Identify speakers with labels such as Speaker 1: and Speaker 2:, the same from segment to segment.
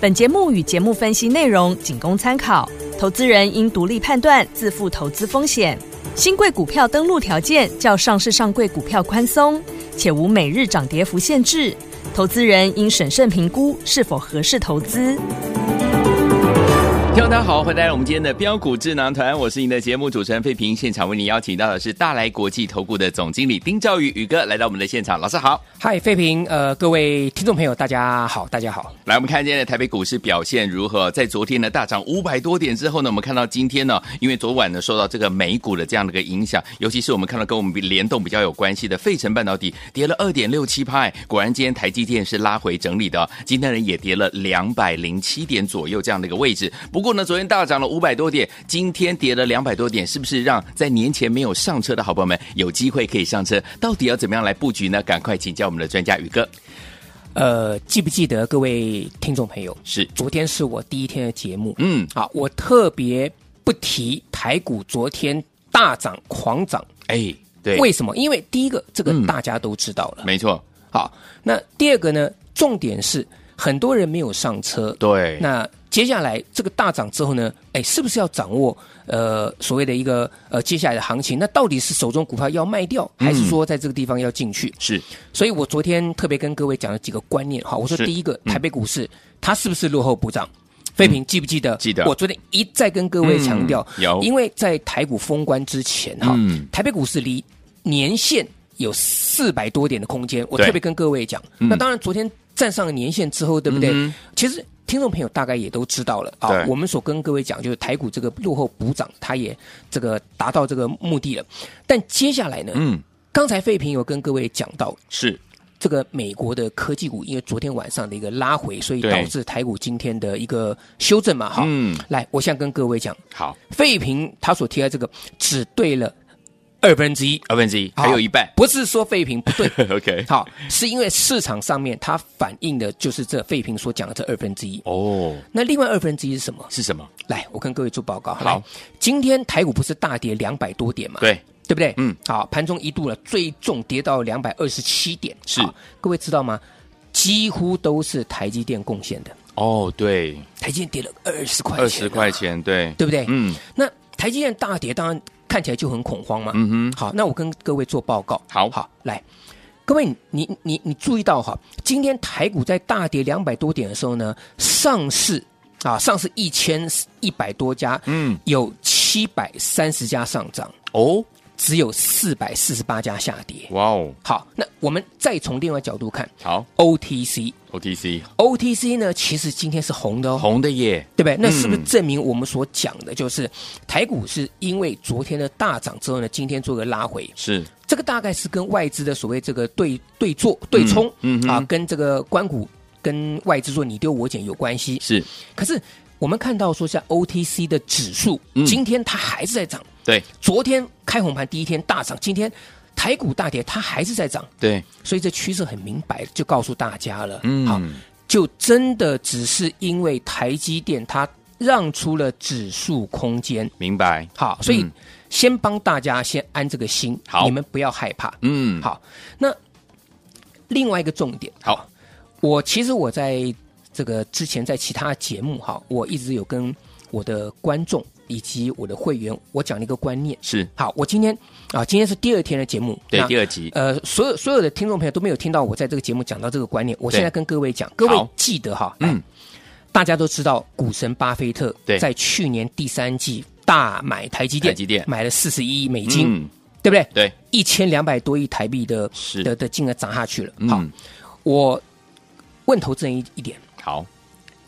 Speaker 1: 本节目与节目分析内容仅供参考，投资人应独立判断，自负投资风险。新贵股票登录条件较上市上柜股票宽松，且无每日涨跌幅限制，投资人应审慎评估是否合适投资。
Speaker 2: 听众大家好，欢迎来到我们今天的标股智囊团，我是您的节目主持人费平。现场为您邀请到的是大来国际投顾的总经理丁兆宇宇哥来到我们的现场，老师好。
Speaker 3: 嗨，费平，呃，各位听众朋友，大家好，大家好。
Speaker 2: 来，我们看今天的台北股市表现如何？在昨天呢大涨五百多点之后呢，我们看到今天呢，因为昨晚呢受到这个美股的这样的一个影响，尤其是我们看到跟我们联动比较有关系的费城半导体跌了二点六七派，果然今天台积电是拉回整理的，今天呢也跌了两百零七点左右这样的一个位置。不过呢，昨天大涨了五百多点，今天跌了两百多点，是不是让在年前没有上车的好朋友们有机会可以上车？到底要怎么样来布局呢？赶快请教我们的专家宇哥。
Speaker 3: 呃，记不记得各位听众朋友，
Speaker 2: 是
Speaker 3: 昨天是我第一天的节目，
Speaker 2: 嗯，
Speaker 3: 啊，我特别不提台股昨天大涨狂涨，
Speaker 2: 哎，对，
Speaker 3: 为什么？因为第一个，这个
Speaker 2: 嗯
Speaker 3: 大家都知道了，
Speaker 2: 没错，
Speaker 3: 好，那第二个呢，重点是很多人没有上车，
Speaker 2: 对
Speaker 3: 那接下来这个大涨之后呢，哎，是不是要掌握呃所谓的一个呃接下来的行情？那到底是手中股票要卖掉，还
Speaker 2: 嗯
Speaker 3: 是说在这个地方要进去？
Speaker 2: 是
Speaker 3: 所以我昨天特别跟各位讲了几个观念哈，我说
Speaker 2: 是
Speaker 3: 第一个，
Speaker 2: 嗯
Speaker 3: 台北股市、它是不是落后补涨？废品记不记得？
Speaker 2: 记得
Speaker 3: 我昨天一再跟各位强调，
Speaker 2: 嗯有
Speaker 3: 因为在台股封关之前哈，
Speaker 2: 嗯
Speaker 3: 台北股市离年线有四百多点的空间，我
Speaker 2: 对
Speaker 3: 特别跟各位讲。
Speaker 2: 嗯
Speaker 3: 那当然，昨天站上了年线之后，对不对？
Speaker 2: 嗯
Speaker 3: 其实。听众朋友大概也都知道了啊
Speaker 2: 对，
Speaker 3: 我们所跟各位讲就是台股这个落后补涨，它也这个达到这个目的了。但接下来呢，
Speaker 2: 嗯，
Speaker 3: 刚才费平有跟各位讲到，
Speaker 2: 是
Speaker 3: 这个美国的科技股因为昨天晚上的一个拉回，所以
Speaker 2: 对
Speaker 3: 导致台股今天的一个修正嘛。好，
Speaker 2: 嗯
Speaker 3: 来，我想跟各位讲，
Speaker 2: 好，
Speaker 3: 费平他所提的这个只对了二分之一，
Speaker 2: 二分之一
Speaker 3: 好
Speaker 2: 还有一半。
Speaker 3: 不是说费平不对
Speaker 2: ，OK，
Speaker 3: 好，是因为市场上面它反映的就是这费平所讲的这二分之一。
Speaker 2: 哦，
Speaker 3: 那另外二分之一是什么？
Speaker 2: 是什么？
Speaker 3: 来，我跟各位做报告。
Speaker 2: 好
Speaker 3: 来，今天台股不是大跌两百多点嘛？
Speaker 2: 对，
Speaker 3: 对不对？
Speaker 2: 嗯，
Speaker 3: 好，盘中一度了，最重跌到两百二十七点，
Speaker 2: 是
Speaker 3: 好各位知道吗？几乎都是台积电贡献的，
Speaker 2: 哦，对，
Speaker 3: 台积电跌了二十块钱，啊
Speaker 2: 二十块，钱，对，
Speaker 3: 对不对？
Speaker 2: 嗯，
Speaker 3: 那台积电大跌，当然看起来就很恐慌嘛。
Speaker 2: 嗯
Speaker 3: 好，那我跟各位做报告。
Speaker 2: 好
Speaker 3: 好，来，各位，你你你注意到哈，今天台股在大跌两百多点的时候呢，上市啊，上市一千一百多家，
Speaker 2: 嗯，
Speaker 3: 有七百三十家上涨，
Speaker 2: 哼，哦，
Speaker 3: 只有四百四十八家下跌。
Speaker 2: 哇哦，
Speaker 3: 好，那我们再从另外角度看
Speaker 2: 好
Speaker 3: OTC，OTC
Speaker 2: ，OTC
Speaker 3: 呢，其实今天是红的哦，
Speaker 2: 红的耶，
Speaker 3: 对不对？那是不是
Speaker 2: 嗯
Speaker 3: 证明我们所讲的，就是、台股是因为昨天的大涨之后呢，今天做个拉回？
Speaker 2: 是
Speaker 3: 这个大概是跟外资的所谓这个对对做对冲，
Speaker 2: 嗯嗯哼
Speaker 3: 啊，跟这个关股跟外资做你丢我捡有关系。
Speaker 2: 是，
Speaker 3: 可是我们看到说，像 OTC 的指数，
Speaker 2: 嗯
Speaker 3: 今天它还是在涨，
Speaker 2: 对
Speaker 3: 昨天开红盘第一天大涨，今天台股大跌，它还是在涨。
Speaker 2: 对，
Speaker 3: 所以这趋势很明白，就告诉大家了。
Speaker 2: 嗯
Speaker 3: 好，就真的只是因为台积电它让出了指数空间。
Speaker 2: 明白，
Speaker 3: 好，所以
Speaker 2: 嗯
Speaker 3: 先帮大家先安这个心，
Speaker 2: 好
Speaker 3: 你们不要害怕。
Speaker 2: 嗯，
Speaker 3: 好，那另外一个重点，
Speaker 2: 好，
Speaker 3: 我其实我在这个之前在其他节目哈，我一直有跟我的观众以及我的会员，我讲了一个观念。
Speaker 2: 是
Speaker 3: 好，我今天啊，今天是第二天的节目，
Speaker 2: 对
Speaker 3: 那
Speaker 2: 第二集
Speaker 3: 呃，所有所有的听众朋友都没有听到我在这个节目讲到这个观念，我现在跟各位讲，各位记得哈，
Speaker 2: 嗯
Speaker 3: 嗯，大家都知道股神巴菲特
Speaker 2: 对
Speaker 3: 在去年第三季大买台积电，
Speaker 2: 台积电
Speaker 3: 买了四十一亿美金，
Speaker 2: 嗯
Speaker 3: 对不对？
Speaker 2: 对，
Speaker 3: 一千两百多亿台币的
Speaker 2: 是
Speaker 3: 的的金额砸下去了。好，
Speaker 2: 嗯，
Speaker 3: 我问投资人一一点，
Speaker 2: 好，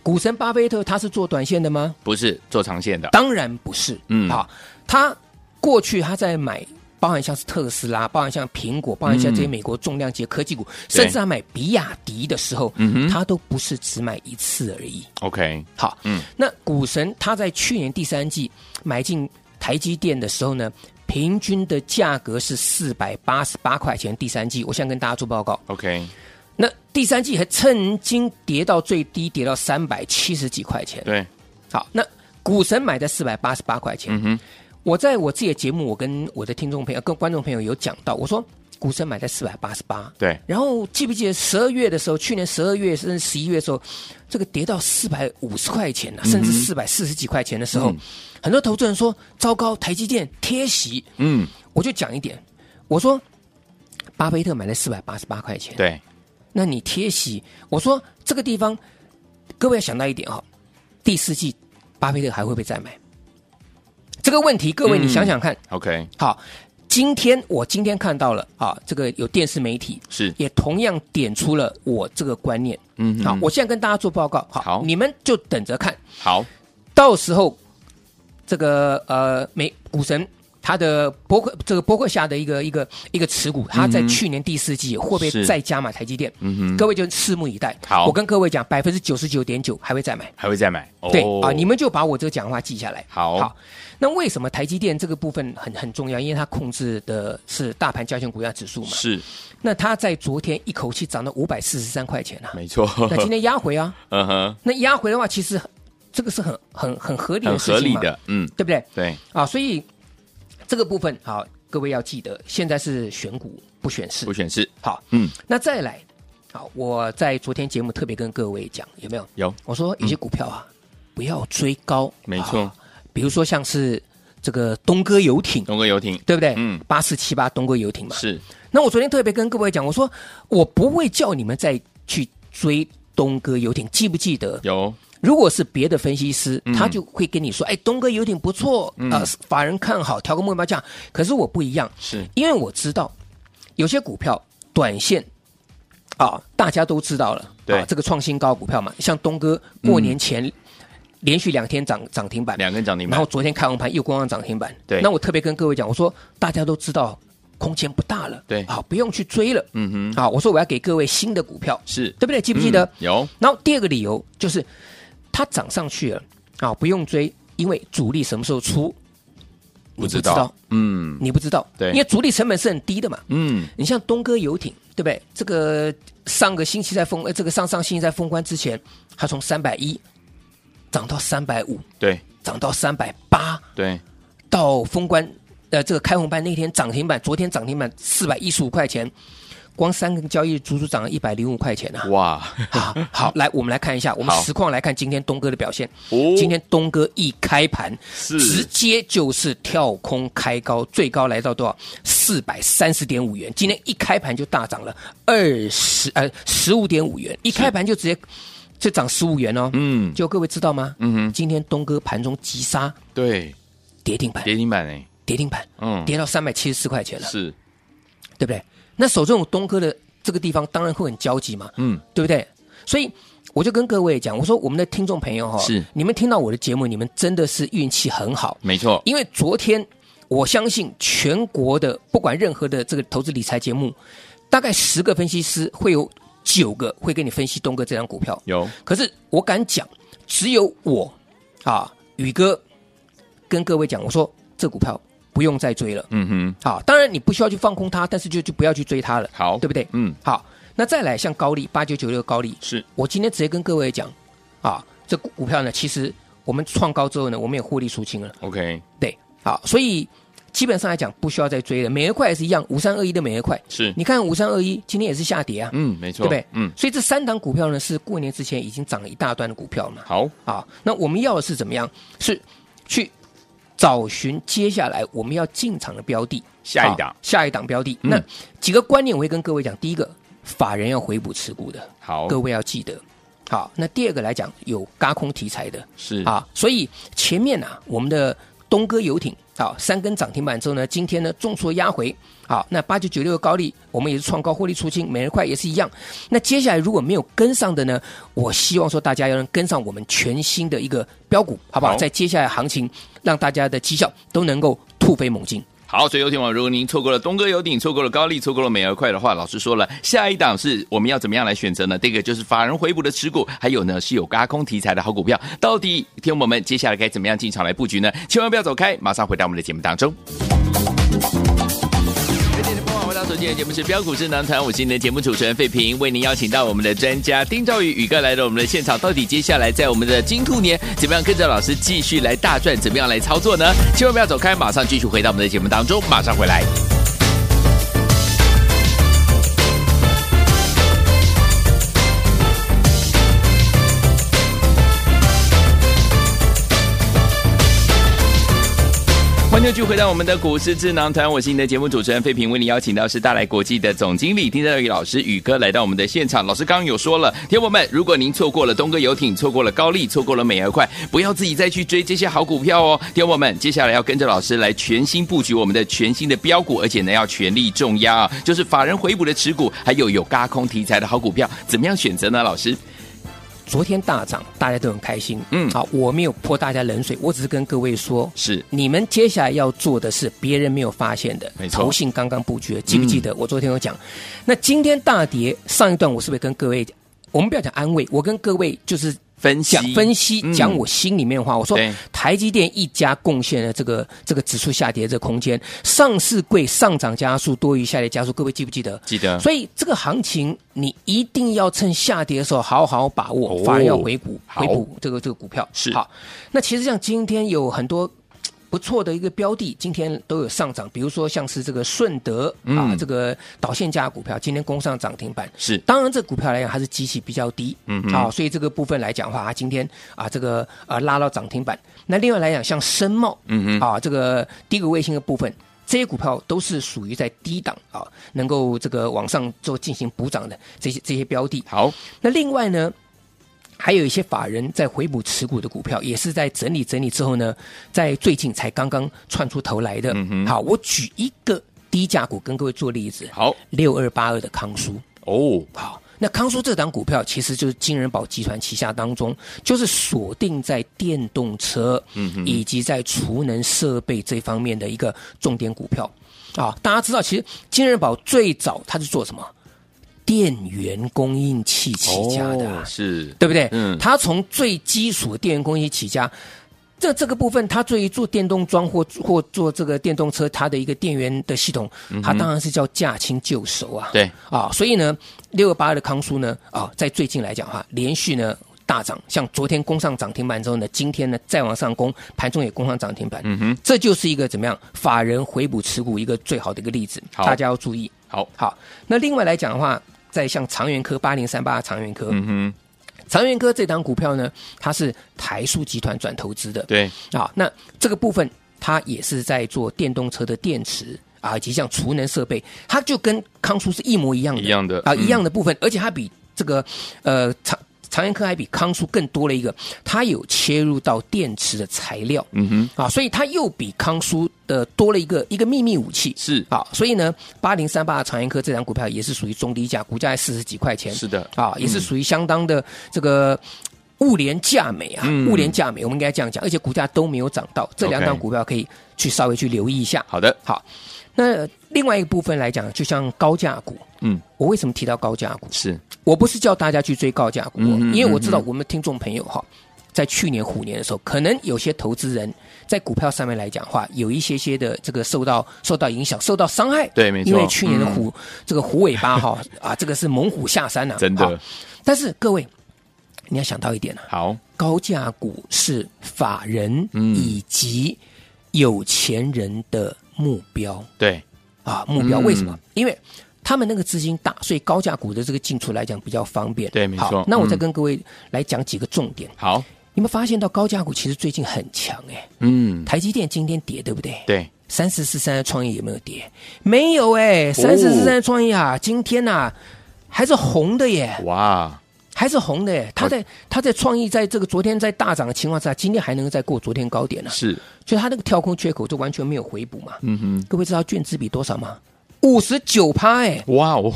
Speaker 3: 股神巴菲特他是做短线的吗？
Speaker 2: 不是做长线的，
Speaker 3: 当然不是，啊
Speaker 2: 嗯
Speaker 3: 好，他过去他在买包含像是特斯拉，包含像苹果，包含像这些美国重量级的科技股，
Speaker 2: 对
Speaker 3: 甚至他买比亚迪的时候，
Speaker 2: 嗯哼
Speaker 3: 他都不是只买一次而已。
Speaker 2: OK，
Speaker 3: 好，
Speaker 2: 嗯
Speaker 3: 那股神他在去年第三季买进台积电的时候呢，平均的价格是四百八十八块钱。第三季，我现在跟大家做报告，
Speaker 2: ，OK，
Speaker 3: 那第三季还曾经跌到最低，跌到三百七十几块钱。
Speaker 2: 对，
Speaker 3: 好，那股神买在四百八十八块钱。
Speaker 2: 嗯哼，
Speaker 3: 我在我自己的节目，我跟我的听众朋友、跟观众朋友有讲到，我说股神买在四百八十八，
Speaker 2: 对，
Speaker 3: 然后记不记得十二月的时候，去年十二月甚至十一月的时候，这个跌到四百五十块钱
Speaker 2: 嗯
Speaker 3: 了、甚至四百四十几块钱的时候，很多投资人说：“糟糕，台积电贴息。
Speaker 2: 嗯，”
Speaker 3: 我就讲一点，我说巴菲特买了四百八十八块钱，
Speaker 2: 对，
Speaker 3: 那你贴息，我说这个地方，各位要想到一点哈、哦，第四季巴菲特还会不会再买？这个问题，各位
Speaker 2: 嗯
Speaker 3: 你想想看，
Speaker 2: ，OK，
Speaker 3: 好，今天我今天看到了啊，这个有电视媒体
Speaker 2: 是，
Speaker 3: 也同样点出了我这个观念。
Speaker 2: 嗯
Speaker 3: 好
Speaker 2: 哼，，
Speaker 3: 我现在跟大家做报告，好，
Speaker 2: 好
Speaker 3: 你们就等着看，
Speaker 2: 好，
Speaker 3: 到时候这个呃美股神。他的博客这个博客下的一个一个一个持股，他在去年第四季会不会
Speaker 2: 嗯是
Speaker 3: 再加码台积电？
Speaker 2: 嗯哼，
Speaker 3: 各位就拭目以待。
Speaker 2: 好
Speaker 3: 我跟各位讲，百分之九十九点九还会再买。
Speaker 2: 还会再买，
Speaker 3: 对
Speaker 2: 哦
Speaker 3: 啊，你们就把我这个讲话记下来。
Speaker 2: 好
Speaker 3: 好，那为什么台积电这个部分很很重要？因为它控制的是大盘加权股价指数嘛。
Speaker 2: 是
Speaker 3: 那它在昨天一口气涨到五百四十三块钱 啊，
Speaker 2: 没错，
Speaker 3: 那今天压回啊，
Speaker 2: 嗯哼，
Speaker 3: 那压回的话，其实这个是很很很合理
Speaker 2: 很
Speaker 3: 的
Speaker 2: 合
Speaker 3: 事情
Speaker 2: 理
Speaker 3: 嘛，
Speaker 2: 的，嗯，
Speaker 3: 对不对？
Speaker 2: 对，
Speaker 3: 啊，所以这个部分啊，各位要记得，现在是选股不选市
Speaker 2: 不。选是，
Speaker 3: 好，
Speaker 2: 嗯，
Speaker 3: 那再来，好，我在昨天节目特别跟各位讲，有没有？
Speaker 2: 有，
Speaker 3: 我说有些股票啊，不要追高，
Speaker 2: 没错
Speaker 3: 啊比如说像是这个东哥游艇，
Speaker 2: 东哥游艇
Speaker 3: 对不对？
Speaker 2: 嗯
Speaker 3: 八四七八东哥游艇嘛。
Speaker 2: 是，
Speaker 3: 那我昨天特别跟各位讲，我说我不会叫你们再去追东哥游艇，记不记得？
Speaker 2: 有，
Speaker 3: 如果是别的分析师，
Speaker 2: 嗯
Speaker 3: 他就会跟你说，哎，东哥游艇不错，呃，法人看好，调个目标价。可是我不一样，
Speaker 2: 是，
Speaker 3: 因为我知道有些股票短线啊，大家都知道了，
Speaker 2: 对嗯
Speaker 3: 啊，这个创新高股票嘛，像东哥过年前连续两天涨涨停板，
Speaker 2: 两根涨停
Speaker 3: 然后
Speaker 2: 板，
Speaker 3: 昨天开红盘又攻上涨停板，
Speaker 2: 对
Speaker 3: 那我特别跟各位讲，我说大家都知道空间不大了，
Speaker 2: 对
Speaker 3: 啊，不用去追了，
Speaker 2: 嗯哼，
Speaker 3: 啊，我说我要给各位新的股票，
Speaker 2: 是，
Speaker 3: 对不对？记不记得？
Speaker 2: 嗯有，
Speaker 3: 然后第二个理由就是它涨上去了啊，不用追，因为主力什么时候出，你不知道，，
Speaker 2: 嗯
Speaker 3: 你不知道，
Speaker 2: 对
Speaker 3: 因为主力成本是很低的嘛。
Speaker 2: 嗯，
Speaker 3: 你像东哥游艇，对不对？这个上个星期在封，呃，这个上上星期在封关之前，它从三百一涨到三百五，
Speaker 2: 对
Speaker 3: 涨到三百八，
Speaker 2: 对，
Speaker 3: 到封关，呃，这个开红盘那天涨停板，昨天涨停板四百一十五块钱，光三个交易日足足涨了一百零五块钱啊！
Speaker 2: 哇，
Speaker 3: 好， 好，来，我们来看一下，我们
Speaker 2: 好
Speaker 3: 实况来看今天东哥的表现。
Speaker 2: 哦
Speaker 3: 今天东哥一开盘，
Speaker 2: 是
Speaker 3: 直接就是跳空开高，最高来到多少？四百三十点五元。今天一开盘就大涨了二十呃十五点五元，一开盘就直接就涨十五元哦。
Speaker 2: 嗯，
Speaker 3: 就各位知道吗？
Speaker 2: 嗯哼
Speaker 3: 今天东哥盘中急杀
Speaker 2: 哦对，
Speaker 3: 跌停板，
Speaker 2: 跌停板哎，
Speaker 3: 跌停板，
Speaker 2: 嗯，
Speaker 3: 跌到三百七十四块钱了，
Speaker 2: 是，
Speaker 3: 对不对？那手中有东哥的这个地方，当然会很焦急嘛。
Speaker 2: 嗯，
Speaker 3: 对不对？所以我就跟各位讲，我说我们的听众朋友哈、
Speaker 2: 是
Speaker 3: 你们听到我的节目，你们真的是运气很好，
Speaker 2: 没错，
Speaker 3: 因为昨天我相信全国的不管任何的这个投资理财节目，大概十个分析师会有九个会跟你分析东哥这张股票，
Speaker 2: 有，
Speaker 3: 可是我敢讲，只有我啊宇哥跟各位讲，我说这股票不用再追了。
Speaker 2: 嗯哼，
Speaker 3: 好，当然你不需要去放空它，但是就就不要去追它了，
Speaker 2: 好，
Speaker 3: 对不对？
Speaker 2: 嗯，
Speaker 3: 好，那再来像高利八九九六高利，
Speaker 2: 是，
Speaker 3: 我今天直接跟各位讲，啊，这股股票呢，其实我们创高之后呢，我们也获利出清了，
Speaker 2: OK，
Speaker 3: 对，好，所以基本上来讲不需要再追了。美而快也是一样，五三二一的美而快，
Speaker 2: 是，
Speaker 3: 你看五三二一今天也是下跌啊，
Speaker 2: 嗯，没
Speaker 3: 对
Speaker 2: 错，
Speaker 3: 不对？
Speaker 2: 嗯，
Speaker 3: 所以这三档股票呢是过年之前已经涨了一大段的股票嘛，
Speaker 2: 好，
Speaker 3: 啊，那我们要的是怎么样？是去找寻接下来我们要进场的标的，
Speaker 2: 下一档
Speaker 3: 啊下一档标的。
Speaker 2: 嗯
Speaker 3: 那几个观念我会跟各位讲，第一个，法人要回补持股的，
Speaker 2: 好，
Speaker 3: 各位要记得。好，那第二个来讲，有嘎空题材的
Speaker 2: 是，
Speaker 3: 啊，所以前面啊，我们的东哥游艇啊，三根涨停板之后呢，今天呢重挫压回，好，那八九九六的高利，我们也是创高获利出清，每人快也是一样。那接下来如果没有跟上的呢，我希望说大家要能跟上我们全新的一个标股，好不好？
Speaker 2: 好
Speaker 3: 在接下来行情，让大家的绩效都能够突飞猛进。
Speaker 2: 好，所以有听网，哦如果您错过了东哥有鼎，错过了高丽，错过了美而快的话，老师说了，下一档是我们要怎么样来选择呢？这个就是法人回补的持股，还有呢是有高空题材的好股票，到底听友们接下来该怎么样进场来布局呢？千万不要走开，马上回到我们的节目当中。今天的播报回到首今的节目是标股智囊团，我是你的节目主持人费平，为您邀请到我们的专家丁兆宇宇哥来到我们的现场。到底接下来在我们的金兔年，怎么样跟着老师继续来大赚，怎么样来操作呢？千万不要走开，马上继续回到我们的节目当中，马上回来。欢迎继续回到我们的股市智囊团，我是你的节目主持人费平，为你邀请到是大来国际的总经理丁兆宇老师宇哥来到我们的现场。老师刚刚有说了，听友们，如果您错过了东哥游艇，错过了高丽，错过了美而快，不要自己再去追这些好股票哦。听友们，接下来要跟着老师来全新布局我们的全新的标股，而且呢要全力重压啊，就是法人回补的持股，还有有嘎空题材的好股票，怎么样选择呢？老师，
Speaker 3: 昨天大涨，大家都很开心。
Speaker 2: 嗯
Speaker 3: 好，我没有泼大家冷水，我只是跟各位说，
Speaker 2: 是
Speaker 3: 你们接下来要做的是别人没有发现的。
Speaker 2: 没错嗯
Speaker 3: 投信刚刚布局的，记不记得？我昨天有讲。那今天大跌，上一段我是不是跟各位，我们不要讲安慰，我跟各位就是
Speaker 2: 分析
Speaker 3: 讲分析
Speaker 2: 嗯，
Speaker 3: 讲我心里面的话。我说
Speaker 2: 对
Speaker 3: 台积电一家贡献了这个这个指数下跌的这个空间，上市柜上涨加速多于下跌加速，各位记不记得？
Speaker 2: 记得
Speaker 3: 所以这个行情你一定要趁下跌的时候好好把握，
Speaker 2: 哦
Speaker 3: 反而要回补
Speaker 2: 好
Speaker 3: 回补这个这个股票
Speaker 2: 是
Speaker 3: 好。那其实像今天有很多。嘖不错的一个标的，今天都有上涨，比如说像是这个顺德、啊，
Speaker 2: 嗯
Speaker 3: 这个导线价股票今天攻上涨停板，
Speaker 2: 是
Speaker 3: 当然，这股票来讲，它是基期比较低，嗯
Speaker 2: 哼
Speaker 3: 啊，所以这个部分来讲的话，它今天啊，这个啊拉到涨停板。那另外来讲，像深茂，
Speaker 2: 嗯哼
Speaker 3: 啊，这个低轨卫星的部分，这些股票都是属于在低档啊，能够这个往上做进行补涨的这些这些标的。
Speaker 2: 好，哦
Speaker 3: 那另外呢，还有一些法人在回补持股的股票，也是在整理整理之后呢，在最近才刚刚窜出头来的。
Speaker 2: 嗯哼
Speaker 3: 好，我举一个低价股跟各位做例子，
Speaker 2: 好
Speaker 3: 六二八二的康舒。
Speaker 2: 哦，
Speaker 3: 好，那康舒这档股票其实就是金人宝集团旗下当中，就是锁定在电动车，
Speaker 2: 嗯哼
Speaker 3: 以及在储能设备这方面的一个重点股票。啊，大家知道，其实金人宝最早它是做什么？电源供应器起家的啊、
Speaker 2: 哦是
Speaker 3: 对不对？
Speaker 2: 嗯
Speaker 3: 它从最基础的电源供应器起家。这这个部分，它对于做电动装或或做这个电动车，它的一个电源的系统，
Speaker 2: 嗯
Speaker 3: 它当然是叫驾轻就熟啊。
Speaker 2: 对
Speaker 3: 啊，所以呢，六二八二的康舒呢，啊，在最近来讲哈，连续呢大涨，像昨天攻上涨停板之后呢，今天呢再往上攻，盘中也攻上涨停板。嗯哼，这就是一个怎么样法人回补持股一个最好的一个例子，
Speaker 2: 好
Speaker 3: 大家要注意。
Speaker 2: 好，
Speaker 3: 好，那另外来讲的话，在像长源科八零三八的长源科，
Speaker 2: 嗯哼，
Speaker 3: 长源科这档股票呢，它是台塑集团转投资的，
Speaker 2: 对
Speaker 3: 啊，那这个部分它也是在做电动车的电池啊，以及像储能设备，它就跟康舒是一模一样的，
Speaker 2: 一样的
Speaker 3: 啊，
Speaker 2: 嗯
Speaker 3: 一样的部分，而且它比这个呃长长源科还比康舒更多了一个，它有切入到电池的材料，
Speaker 2: 嗯哼
Speaker 3: 啊，所以它又比康舒的多了一个一个秘密武器。
Speaker 2: 是
Speaker 3: 啊，所以呢，八零三八的长源科这档股票也是属于中低价，股价在四十几块钱，
Speaker 2: 是的
Speaker 3: 啊，也是属于相当的这个物廉价美啊，
Speaker 2: 嗯
Speaker 3: 物廉价美，我们应该这样讲，而且股价都没有涨到，这两
Speaker 2: OK
Speaker 3: 档股票可以去稍微去留意一下。
Speaker 2: 好的
Speaker 3: 好，那另外一个部分来讲，就像高价股，
Speaker 2: 嗯，
Speaker 3: 我为什么提到高价股？
Speaker 2: 是
Speaker 3: 我不是叫大家去追高价股，
Speaker 2: 嗯哼
Speaker 3: 因为我知道我们听众朋友哈，在去年虎年的时候，可能有些投资人在股票上面来讲的话，有一些些的这个受到受到影响、受到伤害。
Speaker 2: 对没错嗯
Speaker 3: 因为去年的虎、这个虎尾巴哈 啊，这个是猛虎下山呐、
Speaker 2: 真的
Speaker 3: 啊但是各位，你要想到一点啊，
Speaker 2: 好
Speaker 3: 高价股是法人
Speaker 2: 嗯
Speaker 3: 以及有钱人的目标。
Speaker 2: 对
Speaker 3: 啊目标。
Speaker 2: 嗯
Speaker 3: 为什么？因为他们那个资金大，所以高价股的这个进出来讲比较方便。
Speaker 2: 对没错
Speaker 3: 好那我再
Speaker 2: 嗯
Speaker 3: 跟各位来讲几个重点。
Speaker 2: 好
Speaker 3: 你们发现到高价股其实最近很强哎、
Speaker 2: 嗯
Speaker 3: 台积电今天跌对不对？。
Speaker 2: 对
Speaker 3: 三十四三的创意有没有跌？没有哎、三十四三的创意啊，今天呐、啊、还是红的耶，
Speaker 2: 哇
Speaker 3: 还是红的耶。它在它在创意在这个昨天在大涨的情况下，今天还能够再过昨天高点啊呢、
Speaker 2: 是
Speaker 3: 就它那个跳空缺口就完全没有回补嘛。
Speaker 2: 嗯哼
Speaker 3: 各位知道券资比多少吗？五十九趴哎，
Speaker 2: 哇哦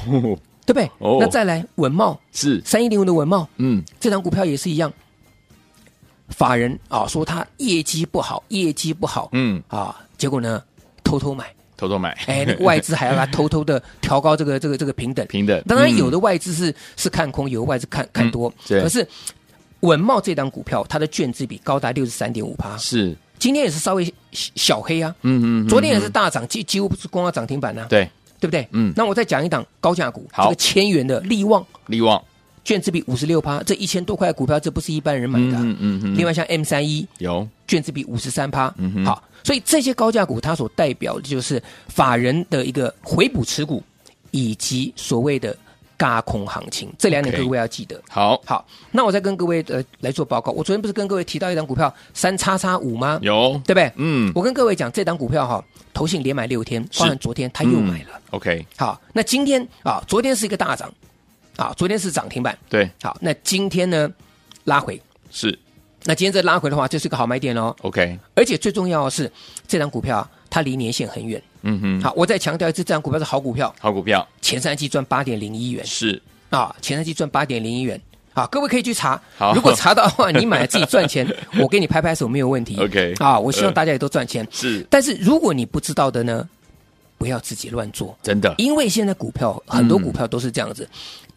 Speaker 3: 对不对？
Speaker 2: 哦
Speaker 3: 那再来文茂
Speaker 2: 是
Speaker 3: 三一零五的文茂，
Speaker 2: 嗯
Speaker 3: 这档股票也是一样，法人啊说它业绩不好，业绩不好，
Speaker 2: 嗯
Speaker 3: 啊，结果呢偷偷买，
Speaker 2: 偷偷买，
Speaker 3: 哎， 那个外资还要来偷偷的调高这个这个这个平等。
Speaker 2: 平等。
Speaker 3: 当然，有
Speaker 2: 的
Speaker 3: 的外资是、是看空，有的外资看看多。
Speaker 2: 对
Speaker 3: 可是稳茂这档股票，它的券资比高达六十三点五趴，
Speaker 2: 是，
Speaker 3: 今天也是稍微小小黑啊。
Speaker 2: 嗯嗯，嗯
Speaker 3: 昨天也是
Speaker 2: 嗯
Speaker 3: 大涨，几几乎不是攻到涨停板啊，
Speaker 2: 对
Speaker 3: 对不对？
Speaker 2: 嗯
Speaker 3: 那我再讲一档高价股，
Speaker 2: 好
Speaker 3: 这个千元的利旺，
Speaker 2: 利旺
Speaker 3: 券资比五十六趴，这一千多块的股票，这不是一般人买的啊、
Speaker 2: 嗯嗯
Speaker 3: 另外像 M 三一，
Speaker 2: 有
Speaker 3: 卷资比五十三趴
Speaker 2: 嗯哼，
Speaker 3: 好，所以这些高价股它所代表的就是法人的一个回补持股，以及所谓的嘎空行情，这两点
Speaker 2: OK
Speaker 3: 各位要记得。
Speaker 2: 好
Speaker 3: 好，那我再跟各位呃来做报告。我昨天不是跟各位提到一档股票三叉叉五吗？
Speaker 2: 有
Speaker 3: 对不对？
Speaker 2: 嗯
Speaker 3: 我跟各位讲，这档股票哈，投信连买六天，
Speaker 2: 是嗯
Speaker 3: 包含昨天他又买了。
Speaker 2: OK
Speaker 3: 好，那今天啊，昨天是一个大涨，啊，昨天是涨停板。
Speaker 2: 对
Speaker 3: 好，那今天呢拉回，
Speaker 2: 是
Speaker 3: 那今天再拉回的话，这是个好买点哦。
Speaker 2: OK
Speaker 3: 而且最重要的是，这张股票啊它离年限很远。
Speaker 2: 嗯哼
Speaker 3: 好，我再强调一次，这张股票是好股票，
Speaker 2: 好股票
Speaker 3: 前三季赚八点零一元
Speaker 2: 是
Speaker 3: 啊，前三季赚八点零一元啊，各位可以去查
Speaker 2: 好。
Speaker 3: 如果查到的话，你买了自己 赚钱，我给你拍拍手没有问题。
Speaker 2: OK 嗯
Speaker 3: 啊，我希望大家也都赚钱。
Speaker 2: 是
Speaker 3: 但是如果你不知道的呢，不要自己乱做，
Speaker 2: 真的
Speaker 3: 因为现在股票很
Speaker 2: 嗯
Speaker 3: 多股票都是这样子，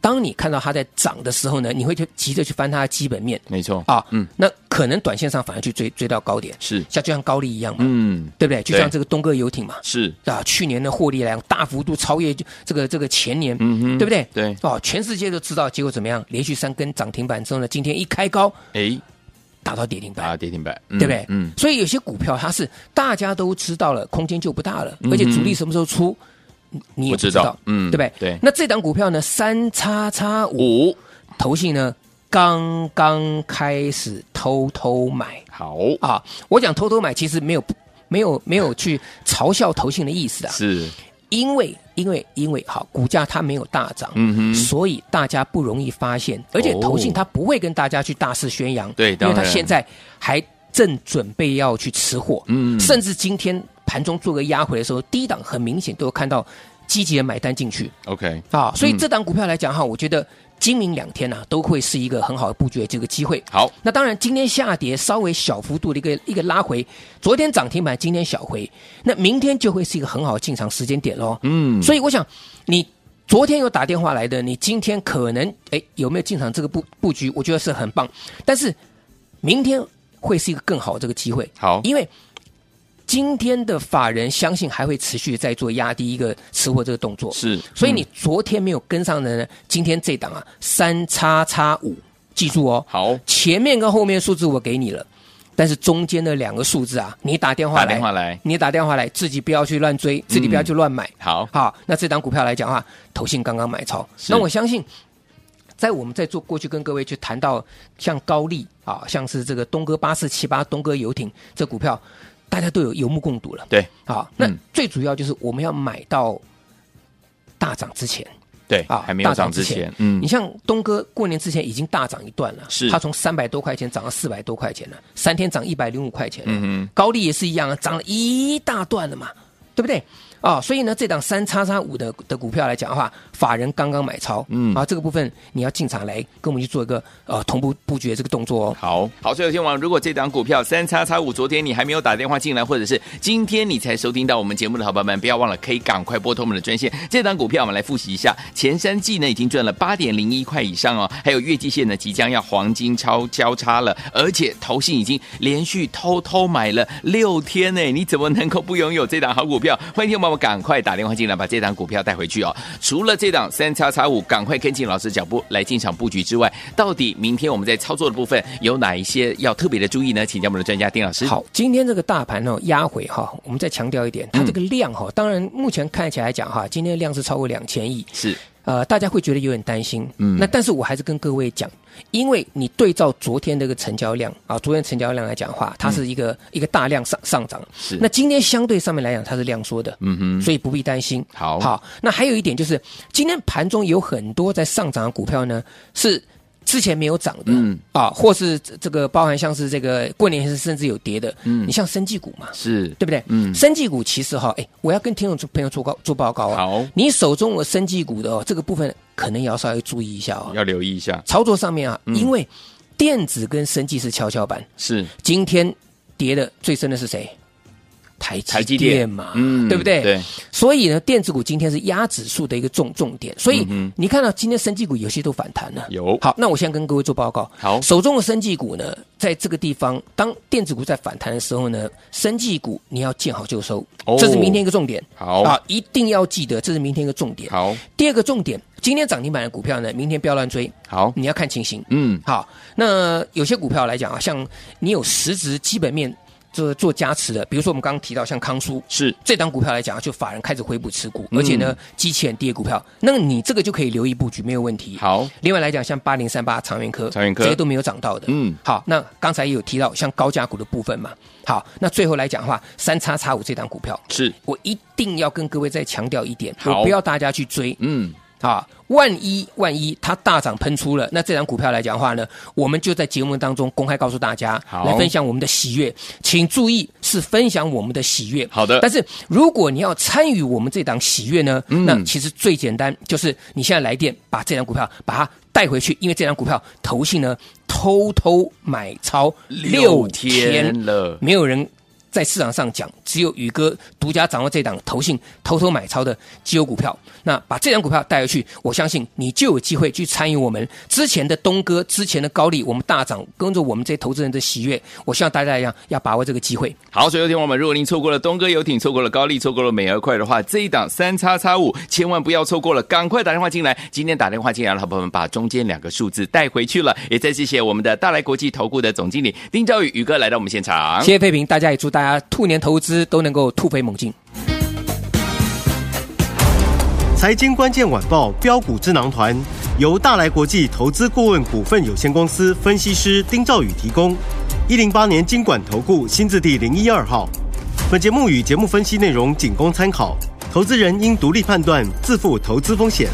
Speaker 3: 当你看到它在涨的时候呢，你会去急着去翻它的基本面
Speaker 2: 没错
Speaker 3: 啊，
Speaker 2: 嗯
Speaker 3: 嗯，那可能短线上反而去追追到高点，
Speaker 2: 是
Speaker 3: 像就像高利一样嘛，
Speaker 2: 嗯
Speaker 3: 对不对？就
Speaker 2: 对
Speaker 3: 像这个东哥游艇嘛，
Speaker 2: 是
Speaker 3: 啊，去年的获利量大幅度超越就这个这个前年，嗯哼，对不对？
Speaker 2: 对
Speaker 3: 哦，全世界都知道，结果怎么样？连续三根涨停板之后呢，今天一开高
Speaker 2: 哎
Speaker 3: 打到跌停板。
Speaker 2: 打跌停板对
Speaker 3: 对不对？
Speaker 2: 啊嗯
Speaker 3: 所以有些股票它是大家都知道了，空间就不大了，而且主力什么时候出，你你也
Speaker 2: 嗯不
Speaker 3: 不
Speaker 2: 知
Speaker 3: 知
Speaker 2: 道
Speaker 3: 道，
Speaker 2: 嗯
Speaker 3: 对不对？
Speaker 2: 对
Speaker 3: 那这档股票呢，三叉叉五
Speaker 2: 五
Speaker 3: 投信呢，刚刚开始偷偷买，
Speaker 2: 好
Speaker 3: 啊，我讲偷偷买其实没有没有没有去嘲笑投信的意思啊，
Speaker 2: 是
Speaker 3: 因为因为因为好股价它没有大涨，
Speaker 2: 嗯哼
Speaker 3: 所以大家不容易发现，而且
Speaker 2: 哦
Speaker 3: 投信它不会跟大家去大肆宣扬，
Speaker 2: 对
Speaker 3: 因
Speaker 2: 当
Speaker 3: 为它
Speaker 2: 然
Speaker 3: 现在还正准备要去吃货，
Speaker 2: 嗯
Speaker 3: 甚至今天盘中做个压回的时候，低档很明显都有看到积极的买单进去，
Speaker 2: OK
Speaker 3: 啊，所以
Speaker 2: 嗯
Speaker 3: 这档股票来讲哈，我觉得今明两天呢、啊都会是一个很好的布局的这个机会。
Speaker 2: 好
Speaker 3: 那当然，今天下跌稍微小幅度的一个一个拉回，昨天涨停板，今天小回，那明天就会是一个很好的进场时间点喽。
Speaker 2: 嗯
Speaker 3: 所以我想，你昨天有打电话来的，你今天可能哎有没有进场这个布布局，我觉得是很棒。但是明天会是一个更好的这个机会，
Speaker 2: 好
Speaker 3: 因为今天的法人相信还会持续在做压低一个持货这个动作，
Speaker 2: 是
Speaker 3: 所以你昨天没有跟上的呢，今天这档啊三叉叉五，记住哦，
Speaker 2: 好
Speaker 3: 前面跟后面数字我给你了，但是中间的两个数字啊，你打电话
Speaker 2: 打
Speaker 3: 来，
Speaker 2: 电话来嗯
Speaker 3: 你打电话来，自己不要去乱追，自己不要去乱买。
Speaker 2: 好
Speaker 3: 好，那这档股票来讲的话，投信刚刚买超，
Speaker 2: 是
Speaker 3: 那我相信。在我们在做过去跟各位去谈到像高丽啊，像是这个东哥八四七八、东哥游艇这股票，大家都有有目共睹了。
Speaker 2: 对
Speaker 3: 好，啊那
Speaker 2: 嗯
Speaker 3: 最主要就是我们要买到大涨之前。
Speaker 2: 对
Speaker 3: 啊
Speaker 2: 还没有
Speaker 3: 大
Speaker 2: 涨
Speaker 3: 涨
Speaker 2: 之
Speaker 3: 之
Speaker 2: 前
Speaker 3: 前
Speaker 2: 嗯
Speaker 3: 你像东哥过年之前已经大涨一段了，
Speaker 2: 是
Speaker 3: 它从三百多块钱涨到四百多块钱了，三天涨一百零五块钱了。
Speaker 2: 嗯
Speaker 3: 高丽也是一样啊，涨了一大段了嘛，对不对？啊、所以呢，这档三叉叉五的的股票来讲的话，法人刚刚买超，
Speaker 2: 嗯
Speaker 3: 啊，这个部分你要进场来跟我们去做一个呃同步布局的这个动作哦。
Speaker 2: 好好，所以有天王，如果这档股票三叉叉五，昨天你还没有打电话进来，或者是今天你才收听到我们节目的好朋友们，不要忘了可以赶快拨通我们的专线。这档股票我们来复习一下，前三季呢已经赚了八点零一块以上哦，还有月季线呢即将要黄金超交叉了，而且投信已经连续偷偷买了六天呢，你怎么能够不拥有这档好股票？欢迎听众朋友们赶快打电话进来，把这档股票带回去哦。除了这档三叉叉五，赶快跟进老师脚步来进场布局之外，到底明天我们在操作的部分有哪一些要特别的注意呢？请教我们的专家丁老师。，
Speaker 3: 好，今天这个大盘哦压回哈、我们再强调一点，它这个量哈、当然目前看起来讲哈、今天的量是超过两千亿，
Speaker 2: 是
Speaker 3: 呃，大家会觉得有点担心，嗯，那但是我还是跟各位讲，因为你对照昨天这个成交量啊，昨天成交量来讲的话，它是一个、一个大量上上涨，
Speaker 2: 是
Speaker 3: 那今天相对上面来讲，它是量缩的，嗯哼，所以不必担心。
Speaker 2: 好
Speaker 3: 好，那还有一点就是，今天盘中有很多在上涨的股票呢，是之前没有涨的，
Speaker 2: 嗯
Speaker 3: 啊，或是这这个包含像是这个过年是甚至有跌的，嗯，你像生技股嘛，
Speaker 2: 是，
Speaker 3: 对不对？
Speaker 2: 嗯
Speaker 3: 生技股其实哈，哎，我要跟听众朋友做告做报告啊。
Speaker 2: 好
Speaker 3: 你手中有生技股的哦，这个部分可能也要稍微注意一下哦。
Speaker 2: 要嗯留意一下。
Speaker 3: 操作上面啊，因为电子跟生技是跷跷板，
Speaker 2: 是
Speaker 3: 今天跌的最深的是谁？台
Speaker 2: 台积
Speaker 3: 积
Speaker 2: 电
Speaker 3: 电嘛，
Speaker 2: 嗯
Speaker 3: 对不对？
Speaker 2: 对。
Speaker 3: 所以呢，电子股今天是压指数的一个重重点。所以
Speaker 2: 嗯
Speaker 3: 你看到今天生技股有些都反弹了。
Speaker 2: 有
Speaker 3: 好，那我先跟各位做报告。
Speaker 2: 好
Speaker 3: 手中的生技股呢，在这个地方，当电子股在反弹的时候呢，生技股你要见好就收
Speaker 2: 哦，
Speaker 3: 这是明天一个重点。
Speaker 2: 好
Speaker 3: 啊，一定要记得，这是明天一个重点。
Speaker 2: 好
Speaker 3: 第二个重点，今天涨停板的股票呢，明天不要乱追，
Speaker 2: 好，
Speaker 3: 你要看情形。
Speaker 2: 嗯，
Speaker 3: 好，那有些股票来讲啊，像你有实质基本面做做加持的，比如说我们刚刚提到像康舒
Speaker 2: 是嗯
Speaker 3: 这档股票来讲啊，就法人开始回补持股，而且呢，机器很低的股票，那你这个就可以留意布局，没有问题。
Speaker 2: 好，
Speaker 3: 另外来讲，像八零三八长源科，
Speaker 2: 长源科
Speaker 3: 这些都没有涨到的。
Speaker 2: 嗯
Speaker 3: 好，那刚才也有提到像高价股的部分嘛。好，那最后来讲的话，三叉叉五这档股票，
Speaker 2: 是，
Speaker 3: 我一定要跟各位再强调一点，
Speaker 2: 好
Speaker 3: 我不要大家去追
Speaker 2: 嗯，
Speaker 3: 啊。万一万一它大涨喷出了，那这档股票来讲的话呢，我们就在节目当中公开告诉大家，
Speaker 2: 好
Speaker 3: 来分享我们的喜悦。请注意，是分享我们的喜悦。
Speaker 2: 好的
Speaker 3: 但是如果你要参与我们这档喜悦呢，
Speaker 2: 嗯
Speaker 3: 那其实最简单就是你现在来电把这档股票把它带回去，因为这档股票投信呢偷偷买超六天
Speaker 2: 了，
Speaker 3: 没有人在市场上讲，只有宇哥独家掌握这档投信偷偷买超的绩优股票。那把这档股票带回去，我相信你就有机会去参与我们之前的东哥、之前的高丽，我们大涨，跟着我们这些投资人的喜悦。我希望大家一样要把握这个机会。
Speaker 2: 好，所以有听我们，如果您错过了东哥游艇，错过了高丽，错过了美而快的话，这一档三叉叉五千万不要错过了，赶快打电话进来。今天打电话进来的好朋友们，把中间两个数字带回去了。也再次谢谢我们的大来国际投顾的总经理丁兆宇宇哥来到我们现场。
Speaker 3: 谢谢费平，大家也祝大家兔年投资都能够突飞猛进。
Speaker 4: 财经关键晚报标股智囊团由大来国际投资顾问股份有限公司分析师丁兆宇提供。一零八年经管投顾新字第零一二号。本节目与节目分析内容仅供参考，投资人应独立判断，自负投资风险。